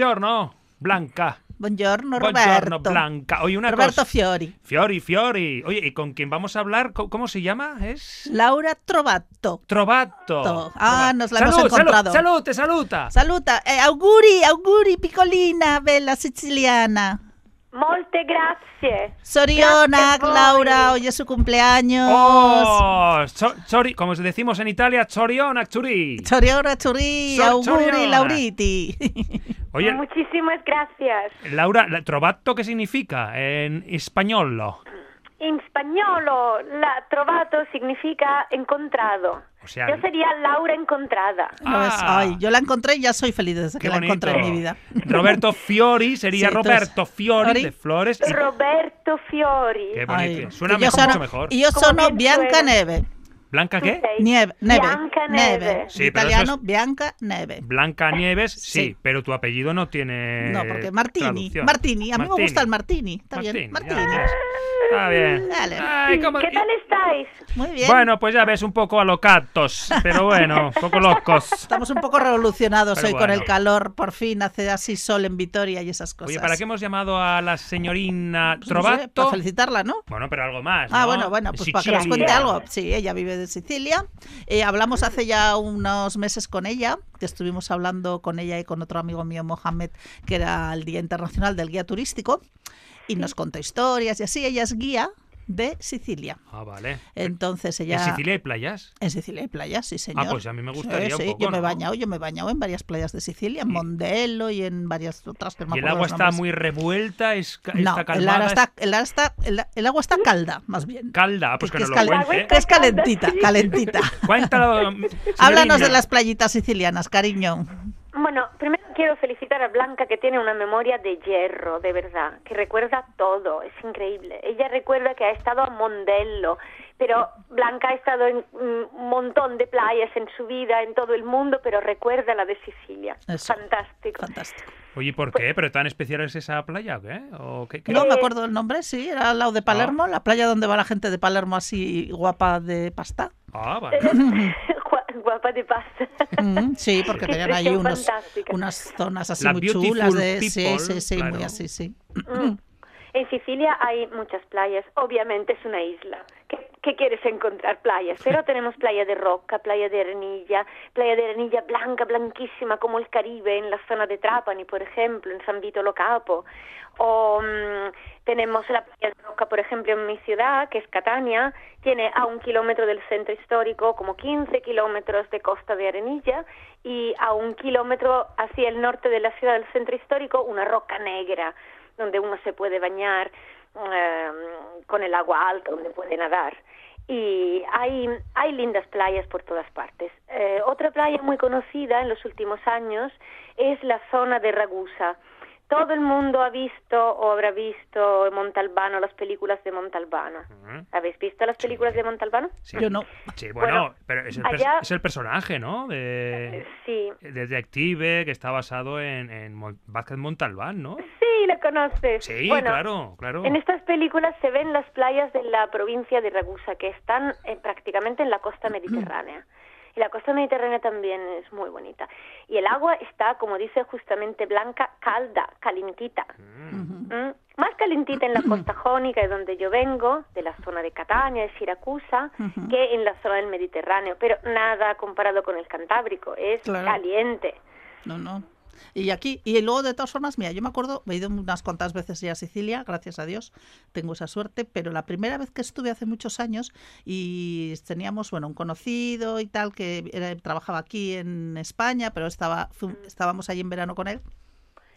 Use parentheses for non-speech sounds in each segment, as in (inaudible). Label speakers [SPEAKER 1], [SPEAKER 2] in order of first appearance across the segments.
[SPEAKER 1] Buongiorno, Blanca.
[SPEAKER 2] Buongiorno,
[SPEAKER 1] Buongiorno,
[SPEAKER 2] Roberto.
[SPEAKER 1] Blanca. Oye, una
[SPEAKER 2] Roberto
[SPEAKER 1] cosa.
[SPEAKER 2] Fiori.
[SPEAKER 1] Fiori, Fiori. Oye, ¿y con quién vamos a hablar? ¿Cómo, cómo se llama? Es
[SPEAKER 2] Laura Trovato.
[SPEAKER 1] Trovato.
[SPEAKER 2] Ah, nos la hemos
[SPEAKER 1] Salud, salud,
[SPEAKER 2] encontrado.
[SPEAKER 1] Salud, te saluta.
[SPEAKER 2] Saluta, eh, auguri, auguri, piccolina, bella siciliana.
[SPEAKER 3] Molte grazie.
[SPEAKER 2] Soriona,
[SPEAKER 3] Grazie a voi.
[SPEAKER 2] Laura, hoy es su cumpleaños.
[SPEAKER 1] Oh, so- sorry, como decimos en Italia, Choriona, Churi.
[SPEAKER 2] Soriona, Churi,
[SPEAKER 1] Sor-
[SPEAKER 2] auguri,
[SPEAKER 1] Soriona.
[SPEAKER 2] Lauriti.
[SPEAKER 1] Oye,
[SPEAKER 3] Muchísimas gracias.
[SPEAKER 1] Laura, la- ¿Trovato qué significa en español? O
[SPEAKER 3] En spagnolo, la trovato significa encontrado.
[SPEAKER 1] sea,
[SPEAKER 3] Yo sería Laura encontrada.
[SPEAKER 2] No es-
[SPEAKER 1] Ah.
[SPEAKER 2] ay, yo la encontré y ya soy feliz desde
[SPEAKER 1] qué
[SPEAKER 2] que la encontré en
[SPEAKER 1] bonito.
[SPEAKER 2] mi vida.
[SPEAKER 1] Roberto Fiori sería
[SPEAKER 2] Sí, tú eres-
[SPEAKER 1] Roberto Fiori
[SPEAKER 2] Ori.
[SPEAKER 1] de Flores. y-
[SPEAKER 3] Roberto Fiori.
[SPEAKER 1] Qué
[SPEAKER 2] Ay,
[SPEAKER 1] bonito. Suena
[SPEAKER 2] y yo
[SPEAKER 1] mejor,
[SPEAKER 2] sono-
[SPEAKER 1] mucho mejor.
[SPEAKER 2] Y yo
[SPEAKER 3] Como
[SPEAKER 2] sono
[SPEAKER 3] bien
[SPEAKER 2] Bianca
[SPEAKER 3] suena.
[SPEAKER 2] Neve.
[SPEAKER 1] ¿Blanca qué?
[SPEAKER 3] Sei
[SPEAKER 2] Nieve, neve.
[SPEAKER 3] Bianca Neve.
[SPEAKER 2] En
[SPEAKER 1] Sí, pero eso
[SPEAKER 2] italiano,
[SPEAKER 1] es-
[SPEAKER 2] Bianca Neve.
[SPEAKER 1] Blanca Nieves, sí,
[SPEAKER 2] Sí.
[SPEAKER 1] pero tu apellido no tiene.
[SPEAKER 2] No, porque Martini.
[SPEAKER 1] Eh, traducción.
[SPEAKER 2] Martini, a mí me gusta el Martini. Está bien.
[SPEAKER 1] Martini, ya
[SPEAKER 2] Martini.
[SPEAKER 1] ves. Está bien.
[SPEAKER 2] Dale.
[SPEAKER 1] Ay, cómo-
[SPEAKER 3] ¿Qué tal estáis?
[SPEAKER 2] Muy bien.
[SPEAKER 1] Bueno, pues ya ves, un poco alocatos, pero bueno, un poco
[SPEAKER 2] (laughs)
[SPEAKER 1] locos.
[SPEAKER 2] Estamos un poco
[SPEAKER 1] (laughs)
[SPEAKER 2] revolucionados
[SPEAKER 1] Pero
[SPEAKER 2] hoy con
[SPEAKER 1] bueno.
[SPEAKER 2] el calor. Por fin hace así sol en Vitoria y esas cosas.
[SPEAKER 1] Oye, ¿para qué hemos llamado a la señorina
[SPEAKER 2] Pues no sé, para
[SPEAKER 1] Trovato?
[SPEAKER 2] felicitarla, ¿no?
[SPEAKER 1] Bueno, pero algo más.
[SPEAKER 2] Ah,
[SPEAKER 1] ¿no?
[SPEAKER 2] bueno, bueno, pues para que
[SPEAKER 1] Sicilia.
[SPEAKER 2] nos cuente algo. Sí, ella vive de Sicilia. Eh, hablamos hace ya unos meses con ella, que estuvimos hablando con ella y con otro amigo mío, Mohamed, que era el Día Internacional del Guía Turístico, y nos contó historias y así. Ella es guía de Sicilia.
[SPEAKER 1] Ah, vale.
[SPEAKER 2] Entonces ella...
[SPEAKER 1] ¿En Sicilia hay playas?
[SPEAKER 2] En Sicilia hay playas, sí, señor.
[SPEAKER 1] pues a mí me
[SPEAKER 2] Sí,
[SPEAKER 1] gustaría un
[SPEAKER 2] sí,
[SPEAKER 1] poco,
[SPEAKER 2] yo me he
[SPEAKER 1] ¿no?
[SPEAKER 2] bañado, yo me he bañado en varias playas de Sicilia, en Mondelo y en varias otras que no me
[SPEAKER 1] ¿Y el
[SPEAKER 2] acuerdo
[SPEAKER 1] agua
[SPEAKER 2] los
[SPEAKER 1] está
[SPEAKER 2] nombres.
[SPEAKER 1] muy revuelta? Es, ca-
[SPEAKER 2] No,
[SPEAKER 1] ¿Está
[SPEAKER 2] el,
[SPEAKER 1] calmada?
[SPEAKER 2] agua
[SPEAKER 1] es
[SPEAKER 2] está, el, agua está, el, el agua está calda, más bien.
[SPEAKER 1] calda? Ah, pues que,
[SPEAKER 2] Que
[SPEAKER 1] nos
[SPEAKER 2] es,
[SPEAKER 1] lo Pues,
[SPEAKER 2] cal-
[SPEAKER 3] calda.
[SPEAKER 1] cuente.
[SPEAKER 2] que es calentita,
[SPEAKER 1] (laughs)
[SPEAKER 2] calentita.
[SPEAKER 1] Cuéntalo.
[SPEAKER 2] (laughs) Háblanos
[SPEAKER 1] señorina.
[SPEAKER 2] de las playitas sicilianas, cariño.
[SPEAKER 3] Bueno, primero quiero felicitar a Blanca que tiene una memoria de hierro, de verdad, que recuerda todo, es increíble. Ella recuerda que ha estado a Mondello, pero Blanca ha estado en mm, un montón de playas en su vida, en todo el mundo, pero recuerda la de Sicilia.
[SPEAKER 2] Eso.
[SPEAKER 3] Fantástico.
[SPEAKER 2] Fantástico.
[SPEAKER 1] Oye, ¿por qué? ¿Pero tan especial es esa playa o qué? ¿O qué, qué-
[SPEAKER 2] No me acuerdo el nombre, sí, era al lado
[SPEAKER 1] Ah.
[SPEAKER 2] de Palermo, la playa donde va la gente de Palermo así guapa de pasta.
[SPEAKER 1] Ah, vale.
[SPEAKER 3] (laughs) Eh, Gua- Guapa de pasta.
[SPEAKER 2] Mm, (laughs) sí, porque
[SPEAKER 3] Qué
[SPEAKER 2] tenían ahí
[SPEAKER 3] expresión
[SPEAKER 2] unos,
[SPEAKER 3] fantástica.
[SPEAKER 2] unas zonas así
[SPEAKER 1] La
[SPEAKER 2] muy
[SPEAKER 1] beautiful
[SPEAKER 2] chulas de... sí,
[SPEAKER 1] people,
[SPEAKER 2] sí, sí, muy
[SPEAKER 1] claro.
[SPEAKER 2] así, sí.
[SPEAKER 3] Mm. En Sicilia hay muchas playas, obviamente es una isla. ¿Qué, qué quieres encontrar? Playas. Pero tenemos playa de roca, playa de arenilla, playa de arenilla blanca, blanquísima, como el Caribe, en la zona de Trapani, por ejemplo, en San Vito Lo Capo. O mm, tenemos la playa de roca, por ejemplo, en mi ciudad, que es Catania, tiene a un kilómetro del centro histórico como 15 kilómetros de costa de arenilla y a un kilómetro hacia el norte de la ciudad del centro histórico una roca negra donde uno se puede bañar eh, con el agua alta, donde puede nadar. Y hay, hay lindas playas por todas partes. Eh, otra playa muy conocida en los últimos años es la zona de Ragusa. Todo el mundo ha visto o habrá visto Montalbano, las películas de Montalbano.
[SPEAKER 1] Ujú.
[SPEAKER 3] ¿Habéis visto las películas de Montalbano?
[SPEAKER 1] Mm. Sí.
[SPEAKER 2] Yo no.
[SPEAKER 1] Sí, bueno,
[SPEAKER 3] Bueno,
[SPEAKER 1] pero es el, per-
[SPEAKER 3] allá- Eh.
[SPEAKER 1] es el personaje, ¿no? De...
[SPEAKER 3] Sí,
[SPEAKER 1] el Detective que está basado en, en Mon- Vázquez Montalbán, ¿no?
[SPEAKER 3] sí, la conoces.
[SPEAKER 1] Sí,
[SPEAKER 3] Bueno,
[SPEAKER 1] claro, claro.
[SPEAKER 3] En estas películas se ven las playas de la provincia de Ragusa, que están eh, prácticamente en la costa mediterránea. Y la costa mediterránea también es muy bonita. Y el agua está, como dice justamente Blanca, calda, calentita. ¿Mm? Más calentita en la costa jónica, de donde yo vengo, de la zona de Catania, de Siracusa,
[SPEAKER 2] Ujú.
[SPEAKER 3] que en la zona del Mediterráneo. Pero nada comparado con el Cantábrico, es
[SPEAKER 2] Claro.
[SPEAKER 3] caliente.
[SPEAKER 2] No, no. Y aquí, y luego de todas formas, mira, yo me acuerdo, he ido unas cuantas veces ya a Sicilia, gracias a Dios, tengo esa suerte, pero la primera vez que estuve hace muchos años y teníamos, bueno, un conocido y tal que era- trabajaba aquí en España, pero estaba, fu- estábamos allí en verano con él,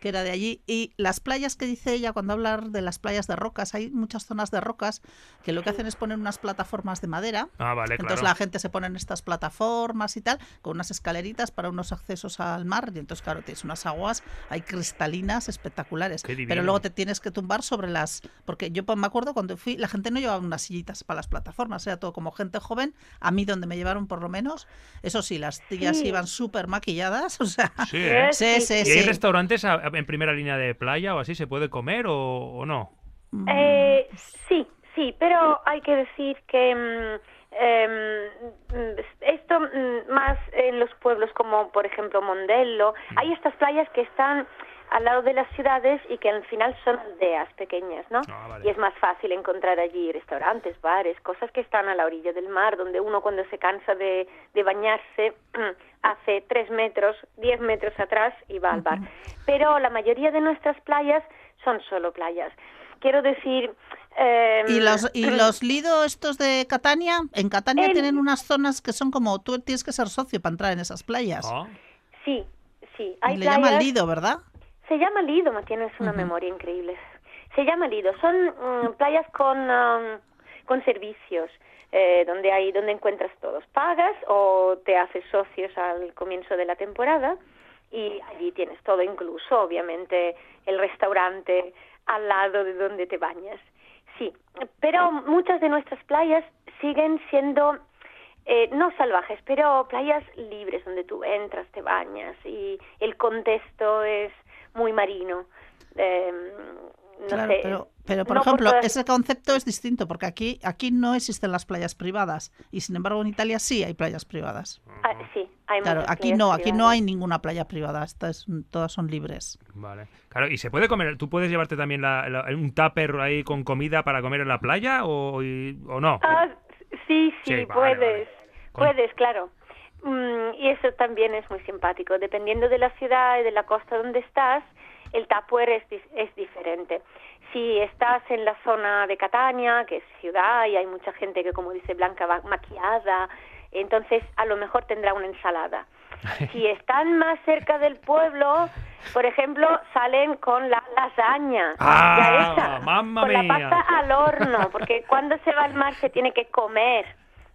[SPEAKER 2] que era de allí, y las playas que dice ella cuando hablar de las playas de rocas, hay muchas zonas de rocas que lo que hacen es poner unas plataformas de madera.
[SPEAKER 1] Ah, vale, claro.
[SPEAKER 2] Entonces la gente se pone en estas plataformas y tal, con unas escaleritas para unos accesos al mar. Y entonces, claro, tienes unas aguas, hay cristalinas espectaculares.
[SPEAKER 1] Qué divino.
[SPEAKER 2] Pero luego te tienes que tumbar sobre las. Porque yo pa- me acuerdo cuando fui, la gente no llevaba unas sillitas para las plataformas, era todo como gente joven. A mí, donde me llevaron por lo menos, eso sí, las tías
[SPEAKER 3] Sí.
[SPEAKER 2] iban súper maquilladas. (laughs) O sea,
[SPEAKER 1] Sí, ¿eh?
[SPEAKER 3] Es-
[SPEAKER 2] sí,
[SPEAKER 3] sí,
[SPEAKER 2] sí,
[SPEAKER 1] ¿Y hay
[SPEAKER 2] sí.
[SPEAKER 1] restaurantes a- a- en primera línea de playa o así? ¿Se puede comer o, o no?
[SPEAKER 2] Mm,
[SPEAKER 3] Eh, sí, sí, pero hay que decir que mm, em, mm, esto
[SPEAKER 1] Mm.
[SPEAKER 3] mm, más en los pueblos como por ejemplo Mondello, hay estas playas que están al lado de las ciudades y que al final son aldeas pequeñas, ¿no?
[SPEAKER 1] Ah, vale.
[SPEAKER 3] Y es más fácil encontrar allí restaurantes, bares, cosas que están a la orilla del mar, donde uno cuando se cansa de, de bañarse (clears throat) hace tres metros, diez metros atrás y va al bar. Pero la mayoría de nuestras playas son solo playas. Quiero decir... eh,
[SPEAKER 2] ¿Y los, y los Lido estos de Catania? En Catania
[SPEAKER 3] El-
[SPEAKER 2] tienen unas zonas que son como tú tienes que ser socio para entrar en esas playas.
[SPEAKER 1] Ah,
[SPEAKER 3] Sí, sí. Hay
[SPEAKER 2] Le
[SPEAKER 3] playas-
[SPEAKER 2] llaman Lido, ¿verdad?
[SPEAKER 3] Se llama Lido, ma tienes una memoria increíble. Se llama Lido. Son mm, playas con, um, con servicios, eh, donde hay, donde encuentras todos. Pagas o te haces socios al comienzo de la temporada y allí tienes todo, incluso obviamente el restaurante al lado de donde te bañas. Sí, pero muchas de nuestras playas siguen siendo eh, no salvajes, pero playas libres donde tú entras, te bañas y el contexto es muy marino. Eh, no
[SPEAKER 2] Claro,
[SPEAKER 3] sé.
[SPEAKER 2] pero, pero por
[SPEAKER 3] no
[SPEAKER 2] ejemplo,
[SPEAKER 3] todas-
[SPEAKER 2] ese concepto es distinto porque aquí, aquí no existen las playas privadas y sin embargo en Italia sí hay playas privadas.
[SPEAKER 3] Ah, sí, hay
[SPEAKER 2] Claro,
[SPEAKER 3] muchas
[SPEAKER 2] aquí
[SPEAKER 3] playas
[SPEAKER 2] no, aquí no
[SPEAKER 3] privadas.
[SPEAKER 2] hay ninguna playa privada, estas, todas son libres.
[SPEAKER 1] vale. Claro, y se puede comer. ¿Tú puedes llevarte también la- la- un tupper ahí con comida para comer en la playa o, y- o no?
[SPEAKER 3] Ah, sí, sí,
[SPEAKER 1] Sí, vale,
[SPEAKER 3] puedes.
[SPEAKER 1] vale. Con-
[SPEAKER 3] Puedes, claro. Mm, y eso también es muy simpático. Dependiendo de la ciudad y de la costa donde estás, el tapuer es, di- es diferente. Si estás en la zona de Catania, que es ciudad y hay mucha gente que, como dice Blanca, va maquillada, entonces a lo mejor tendrá
[SPEAKER 1] (laughs)
[SPEAKER 3] una ensalada. Si están más cerca del pueblo, por ejemplo, salen con la lasaña.
[SPEAKER 1] Ah,
[SPEAKER 3] ya esa,
[SPEAKER 1] mamma
[SPEAKER 3] con la
[SPEAKER 1] mia.
[SPEAKER 3] pasta al horno, porque cuando se va al mar se tiene que comer.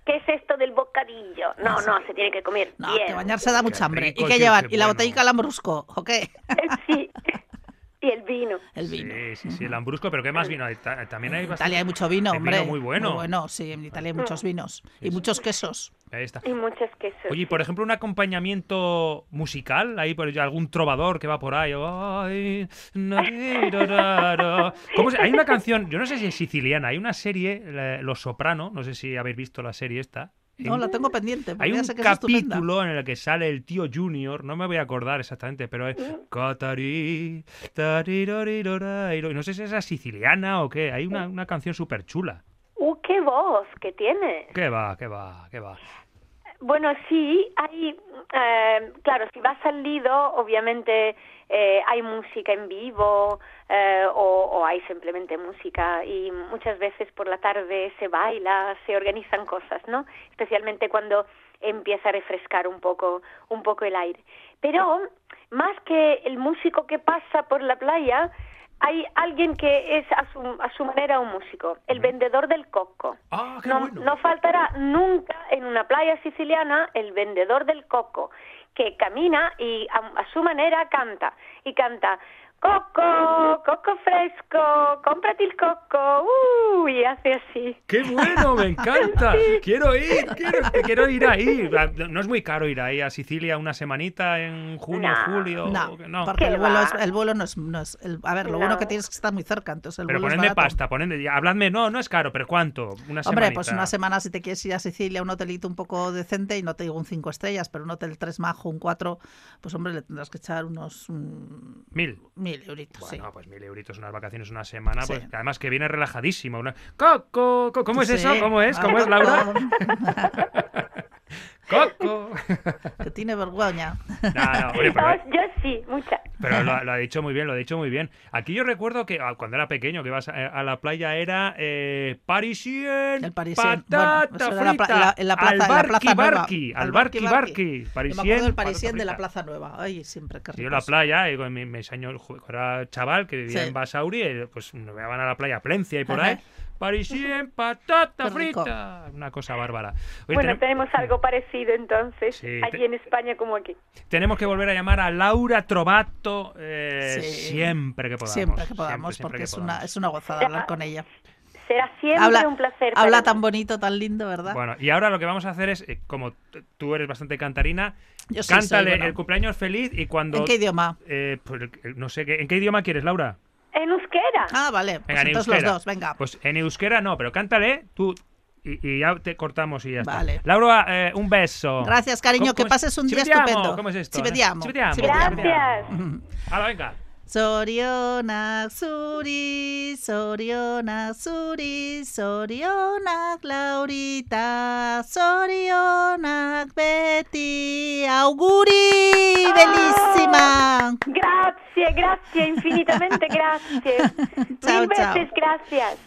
[SPEAKER 3] ¿Qué es esto del bocadillo? No, no, se tiene que comer
[SPEAKER 2] No,
[SPEAKER 3] bien.
[SPEAKER 2] que bañarse da mucha hambre.
[SPEAKER 1] rico,
[SPEAKER 2] ¿Y qué
[SPEAKER 1] sí,
[SPEAKER 2] llevan?
[SPEAKER 1] qué
[SPEAKER 2] ¿Y la
[SPEAKER 1] bueno.
[SPEAKER 2] botellita lambrusco? ¿O qué?
[SPEAKER 3] (laughs)
[SPEAKER 2] (laughs)
[SPEAKER 3] Sí. Y el vino.
[SPEAKER 2] El vino.
[SPEAKER 1] Sí, sí, sí, el hambrusco, pero ¿qué más vino? hay? Ta- También hay
[SPEAKER 2] En
[SPEAKER 1] bastante.
[SPEAKER 2] Italia hay mucho vino,
[SPEAKER 1] Hay
[SPEAKER 2] hombre.
[SPEAKER 1] vino muy bueno.
[SPEAKER 2] sí, en Italia hay
[SPEAKER 3] Mm.
[SPEAKER 2] muchos vinos y muchos quesos.
[SPEAKER 1] Ahí está.
[SPEAKER 3] Y muchos quesos.
[SPEAKER 1] Oye, y por ejemplo, un acompañamiento musical, ahí por algún trovador que va por ahí. o, "Ay, na, di, do, da, do". ¿Cómo se- Hay una canción, yo no sé si es siciliana, hay una serie, la- Los Soprano, no sé si habéis visto la serie esta.
[SPEAKER 2] No,
[SPEAKER 1] En-
[SPEAKER 2] la tengo pendiente. porque
[SPEAKER 1] Hay
[SPEAKER 2] ya
[SPEAKER 1] un
[SPEAKER 2] sé que es estupenda.
[SPEAKER 1] capítulo en el que sale el tío Junior, no me voy a acordar exactamente, pero es
[SPEAKER 2] Mm.
[SPEAKER 1] Catarí, tariroriroraro, y no sé si es siciliana o qué, hay una, una canción súper chula.
[SPEAKER 3] ¡Uh, qué voz que tiene!
[SPEAKER 1] ¿Qué va, qué va, qué va?
[SPEAKER 3] Bueno, sí, hay, eh, claro, si vas al Lido, obviamente eh, hay música en vivo eh, o, o hay simplemente música y muchas veces por la tarde se baila, se organizan cosas, ¿no? Especialmente cuando empieza a refrescar un poco, un poco el aire. Pero más que el músico que pasa por la playa, hay alguien que es a su, a su manera un músico, el vendedor del coco.
[SPEAKER 1] Ah, qué
[SPEAKER 3] No,
[SPEAKER 1] bueno.
[SPEAKER 3] no faltará nunca en una playa siciliana el vendedor del coco, que camina y a, a su manera canta. Y canta, coco, coco fresco, cómprate el coco, uh, y hace así.
[SPEAKER 1] ¡Qué bueno! ¡Me
[SPEAKER 3] (laughs)
[SPEAKER 1] encanta! ¡Quiero ir! quiero, quiero ir ahí! Ah, No es muy caro ir ahí a Sicilia una semanita en junio,
[SPEAKER 3] No.
[SPEAKER 1] julio.
[SPEAKER 2] No,
[SPEAKER 1] que no.
[SPEAKER 2] porque
[SPEAKER 3] ¿Qué
[SPEAKER 2] el vuelo,
[SPEAKER 3] va?
[SPEAKER 2] es, el vuelo no es... no es- el- a ver, lo
[SPEAKER 3] No.
[SPEAKER 2] bueno que tienes es que estar muy cerca, entonces el
[SPEAKER 1] Pero
[SPEAKER 2] vuelo es
[SPEAKER 1] ponedme
[SPEAKER 2] barato.
[SPEAKER 1] pasta, ponedme. ya, Habladme, no, no es caro, pero ¿cuánto? Una
[SPEAKER 2] Hombre,
[SPEAKER 1] semanita.
[SPEAKER 2] pues una semana si te quieres ir a Sicilia, un hotelito un poco decente, y no te digo un 5 estrellas, pero un hotel 3 majo, un 4, pues hombre, le tendrás que echar unos mm,
[SPEAKER 1] Mil.
[SPEAKER 2] mil euritos,
[SPEAKER 1] Bueno,
[SPEAKER 2] sí.
[SPEAKER 1] pues mil euritos unas vacaciones una semana,
[SPEAKER 2] Sí.
[SPEAKER 1] pues además que viene relajadísimo. una- Coco, co- ¿cómo es
[SPEAKER 2] Sí,
[SPEAKER 1] eso? ¿Cómo es? ¿Cómo es
[SPEAKER 2] vamos,
[SPEAKER 1] Laura?
[SPEAKER 2] con-
[SPEAKER 1] Coco. (laughs)
[SPEAKER 2] Que tiene vergüenza.
[SPEAKER 1] No, no, pues oye, pero-
[SPEAKER 3] Oh, yo sí, mucha.
[SPEAKER 1] Pero
[SPEAKER 2] (laughs)
[SPEAKER 1] lo, ha- lo ha dicho muy bien, lo ha dicho muy bien. Aquí yo recuerdo que ah, cuando era pequeño, que ibas a, a la playa, era eh, Parisien,
[SPEAKER 2] El parisien.
[SPEAKER 1] patata
[SPEAKER 2] Bueno, eso era la pla-
[SPEAKER 1] frita,
[SPEAKER 2] la- en la plaza- en la
[SPEAKER 1] al barqui
[SPEAKER 2] plaza nueva.
[SPEAKER 1] barqui, al
[SPEAKER 2] Al
[SPEAKER 1] barqui barqui,
[SPEAKER 2] barqui barqui. Yo me
[SPEAKER 1] parisien,
[SPEAKER 2] acuerdo del
[SPEAKER 1] patata
[SPEAKER 2] Parisien de la
[SPEAKER 1] frita.
[SPEAKER 2] Plaza Nueva. Ay, siempre que
[SPEAKER 1] Sí, Yo en la playa, eh, con mi- mis años, ju- cuando era chaval, que vivía
[SPEAKER 2] Sí.
[SPEAKER 1] en Basauri, eh, pues nos llevaban a la playa Plencia y por
[SPEAKER 2] Ajá.
[SPEAKER 1] ahí. Parisien, patata
[SPEAKER 2] Qué rico.
[SPEAKER 1] frita. Una cosa bárbara. Oye,
[SPEAKER 3] Bueno,
[SPEAKER 1] tenem-
[SPEAKER 3] tenemos algo parecido entonces,
[SPEAKER 1] Sí, te-
[SPEAKER 3] allí en España como aquí.
[SPEAKER 1] (laughs) Tenemos que volver a llamar a Laura Trovato eh,
[SPEAKER 2] Sí.
[SPEAKER 1] siempre que podamos.
[SPEAKER 2] Siempre que podamos,
[SPEAKER 1] siempre
[SPEAKER 2] porque
[SPEAKER 1] que
[SPEAKER 2] es, Una,
[SPEAKER 1] podamos.
[SPEAKER 2] es una gozada hablar con ella.
[SPEAKER 3] Será siempre
[SPEAKER 2] Habla,
[SPEAKER 3] un placer. para
[SPEAKER 2] habla
[SPEAKER 3] mí.
[SPEAKER 2] tan bonito, tan lindo, ¿verdad?
[SPEAKER 1] Bueno, y ahora lo que vamos a hacer es, eh, como t- tú eres bastante cantarina,
[SPEAKER 2] Yo sí
[SPEAKER 1] cántale
[SPEAKER 2] soy buena.
[SPEAKER 1] el cumpleaños feliz y cuando...
[SPEAKER 2] ¿En qué idioma?
[SPEAKER 1] eh, pues, eh, no sé, qué- ¿en qué idioma quieres, Laura?
[SPEAKER 3] En euskera.
[SPEAKER 2] Ah, vale. Pues
[SPEAKER 1] Venga, en
[SPEAKER 2] entonces los
[SPEAKER 1] euskera.
[SPEAKER 2] dos, venga.
[SPEAKER 1] Pues en euskera no, pero cántale tú y, y ya te cortamos y ya está.
[SPEAKER 2] Vale.
[SPEAKER 1] Laura, eh, un beso.
[SPEAKER 2] Gracias, cariño,
[SPEAKER 1] ¿Cómo-
[SPEAKER 2] que
[SPEAKER 1] cómo es-
[SPEAKER 2] pases un
[SPEAKER 1] Ci
[SPEAKER 2] día
[SPEAKER 1] vediamo,
[SPEAKER 2] estupendo.
[SPEAKER 1] ¿Cómo es esto? ¿Eh?
[SPEAKER 2] Ci vediamo,
[SPEAKER 1] Ci vediamo.
[SPEAKER 2] ci vediamo.
[SPEAKER 3] Gracias.
[SPEAKER 1] Ahora, venga.
[SPEAKER 2] Zorionak zuri, zorionak zuri, zorionak Laurita, zorionak beti. ¡Auguri! ¡Bellísima! (laughs)
[SPEAKER 3] Grazie, grazie, infinitamente grazie.
[SPEAKER 2] Ciao,
[SPEAKER 3] Mil
[SPEAKER 2] ciao.
[SPEAKER 3] veces gracias.